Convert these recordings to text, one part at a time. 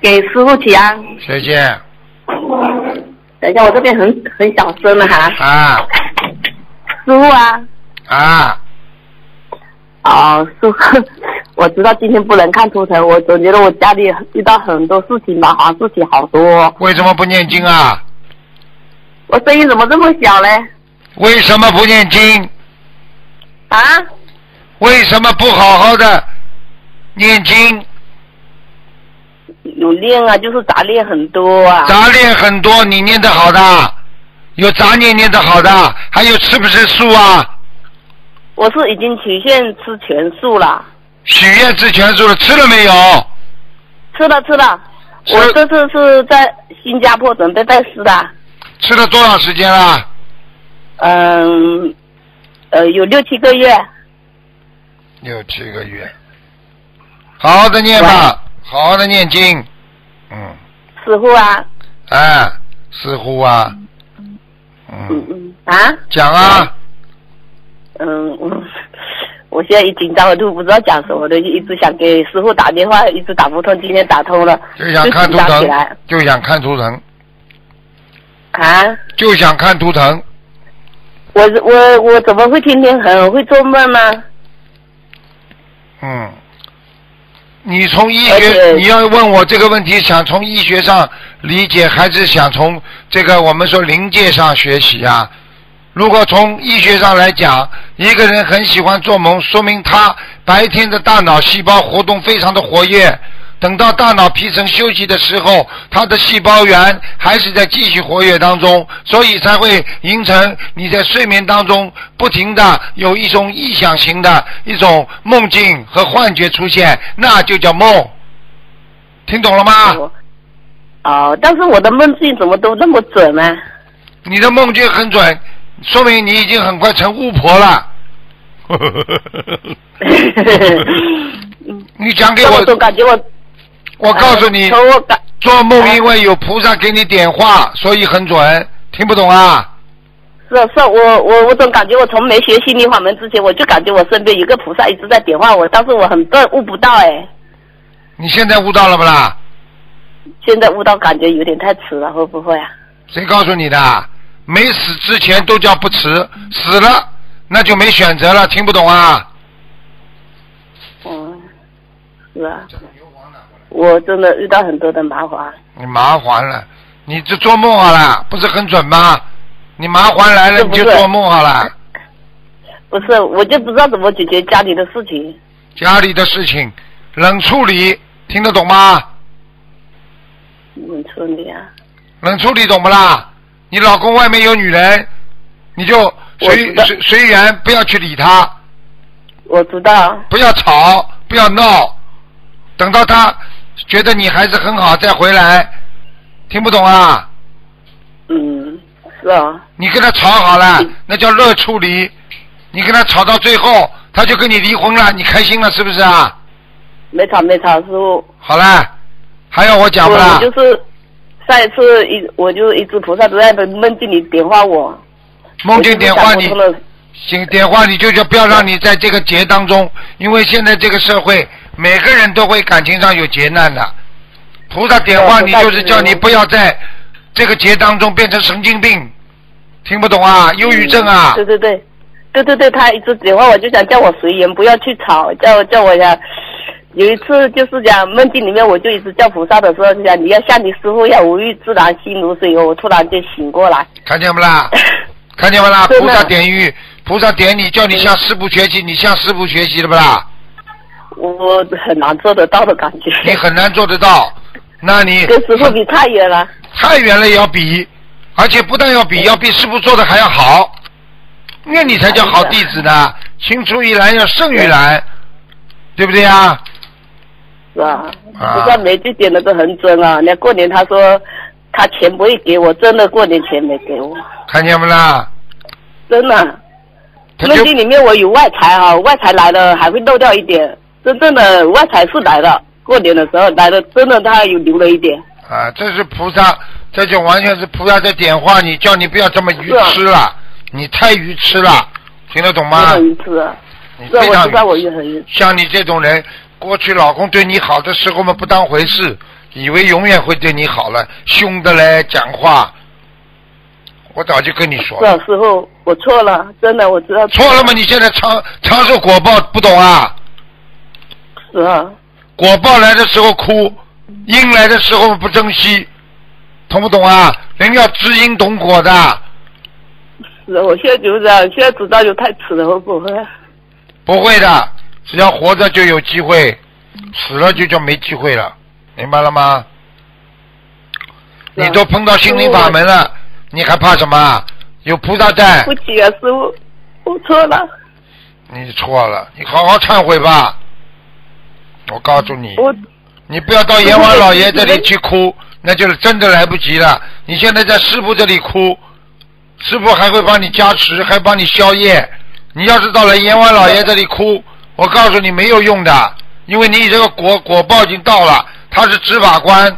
给师傅请安。再见等一下，我这边很很小声了哈。啊师傅啊，啊！哦，师傅， 我知道今天不能看图腾，我总觉得我家里遇到很多事情吧，好像事情好多哦。为什么不念经啊？我声音怎么这么小嘞？为什么不念经？啊？为什么不好好的念经？有练啊，就是杂念很多啊。杂念很多，你念得好的，有杂念念得好的，还有吃不吃素啊？我是已经期限吃全素了，许愿吃全素了，吃了没有？吃了吃了。吃我这次是在新加坡准备拜师的，吃了多长时间了？嗯，呃，有六七个月。六七个月。好好的念吧，好好的念经。嗯，师傅啊，哎，似乎啊，嗯嗯，嗯啊，讲啊，嗯，我我现在一紧张，我都不知道讲什么的，就一直想给师傅打电话，一直打不通，今天打通了，就想看紧图张起腾来，就想看图腾，啊！就想看图腾。我我我怎么会天天很会做梦呢？嗯，你从医而学且，你要问我这个问题，想从医学上理解，还是想从这个我们说灵界上学习啊？如果从医学上来讲，一个人很喜欢做梦，说明他白天的大脑细胞活动非常的活跃。等到大脑皮层休息的时候，他的细胞源还是在继续活跃当中，所以才会形成你在睡眠当中不停的有一种臆想型的一种梦境和幻觉出现，那就叫梦。听懂了吗？我哦，但是我的梦境怎么都那么准啊呢、你的梦境很准，说明你已经很快成巫婆了。 你讲给那我哎我，总感觉我，啊我告诉你从，我感做梦因为有菩萨给你点化，所以很准。听不懂啊？是啊是啊，我我我总感觉我从没学心灵法门之前，我就感觉我身边有个菩萨一直在点化我，但是我很笨，悟不到哎。你现在悟到了不啦？现在悟到感觉有点太迟了，会不会啊？谁告诉你的？没死之前都叫不迟，死了那就没选择了。听不懂啊？嗯，是啊，我真的遇到很多的麻烦。你麻烦了，你这做梦好了，不是很准吗？你麻烦来了是你不就是做梦好了。不是，我就不知道怎么解决家里的事情。家里的事情冷处理，听得懂吗？嗯，处理啊，冷处理懂不啦？你老公外面有女人，你就我知随道随随缘，不要去理他，我知道。不要吵，不要闹，等到他觉得你还是很好再回来，听不懂啊？嗯，是啊，你跟他吵好了嗯，那叫热处理。你跟他吵到最后，他就跟你离婚了，你开心了是不是啊？没吵没吵，师傅。好啦，还要我讲不我啦？我就是上一次一，我就一只菩萨都在梦境里点化我。梦境点化你我就，是想不通了行，点化你就叫不要让你在这个劫当中，因为现在这个社会每个人都会感情上有劫难的。菩萨点化你对就是叫你不要在这个劫当中变成神经病，听不懂嗯啊？忧郁症啊？对对对，对对对，他一直点化我，就想叫我随缘，不要去吵，叫叫我呀。有一次就是讲梦境里面，我就一直叫菩萨的时候，就讲你要像你师傅一样无欲自然，心如水。我突然就醒过来，看见不啦？看见不啦？对的菩萨点玉，菩萨点你，叫你向师傅学习，你向师傅学习了不啦？我很难做得到的感觉，你很难做得到，那你跟师傅比太远了。太远了也要比，而且不但要比，要比师傅做的还要好，那你才叫好弟子呢。青出于蓝要胜于蓝，对不对啊呀？是吧？啊菩萨每句点的都很准啊。人家过年他说他钱不会给我，真的过年钱没给我，看见没啦？真的。他梦就境里面我有外财啊，外财来了还会漏掉一点，真正的外财是来了，过年的时候来了，真的他有留了一点。啊，这是菩萨，这就完全是菩萨在点化你，叫你不要这么愚痴了，你太愚痴了，听得懂我吗？啊很愚痴啊，你是啊，非我常知道我也很愚痴，像你这种人，过去老公对你好的时候嘛不当回事，以为永远会对你好了，凶的嘞，讲话，我早就跟你说是了，啊，师傅，我错了，真的我知道错了吗？你现在尝尝受果报，不懂啊？是啊，果报来的时候哭，因来的时候不珍惜，懂不懂啊？人要知因懂果的，是啊，我现在就是这样，现在知道就太迟了，会不会？哎不会的，只要活着就有机会，死了就叫没机会了，明白了吗？是啊你都碰到心灵法门了，你还怕什么啊？有菩萨在对，不起啊，师傅，我错了，你错了，你好好忏悔吧。我告诉你，我你不要到阎王老爷这里去哭，那就是真的来不及了。你现在在师傅这里哭，师傅还会帮你加持，还帮你消业。你要是到了阎王老爷这里哭，我告诉你没有用的，因为你这个果果报已经到了，他是执法官，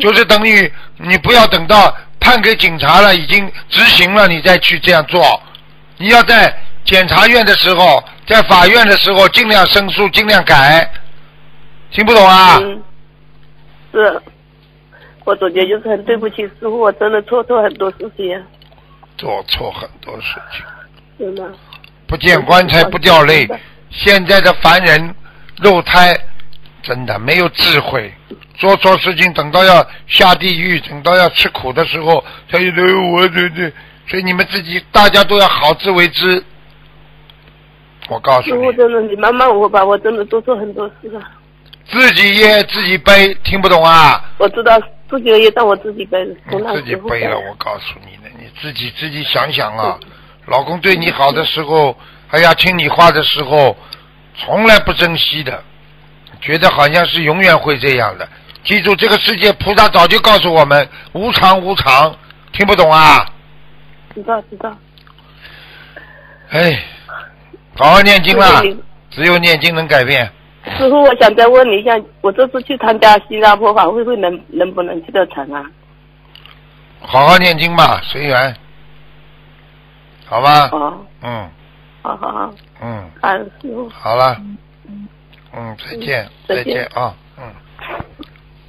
就是等于你不要等到判给警察了，已经执行了，你再去这样做。你要在检察院的时候，在法院的时候，尽量申诉，尽量改。听不懂啊？嗯，是，啊我总觉得就是很对不起师傅，我真的做错很多事情啊，做错很多事情，真的。不见棺材不掉泪。现在的凡人肉胎，真的没有智慧，做错事情等到要下地狱，等到要吃苦的时候，才觉得哎我对对。所以你们自己大家都要好自为之。我告诉师傅你，真的，你慢慢我吧，我真的做错很多事了。自己业自己背，听不懂啊？我知道自己的业障我自己背了，你不让嗯自己师傅背了，背我告诉你的，你自己自己想想啊。老公对你好的时候，哎呀，听你话的时候，从来不珍惜的，觉得好像是永远会这样的。记住，这个世界菩萨早就告诉我们，无常无常，听不懂啊？知道知道。哎，好好念经啦谢谢你，只有念经能改变。师傅，我想再问你一下，我这次去参加新加坡法会，会能能不能去得成啊？好好念经吧，随缘，好吧？哦，嗯好好好，嗯，感恩师傅。好了，嗯，再见，再再见见啊。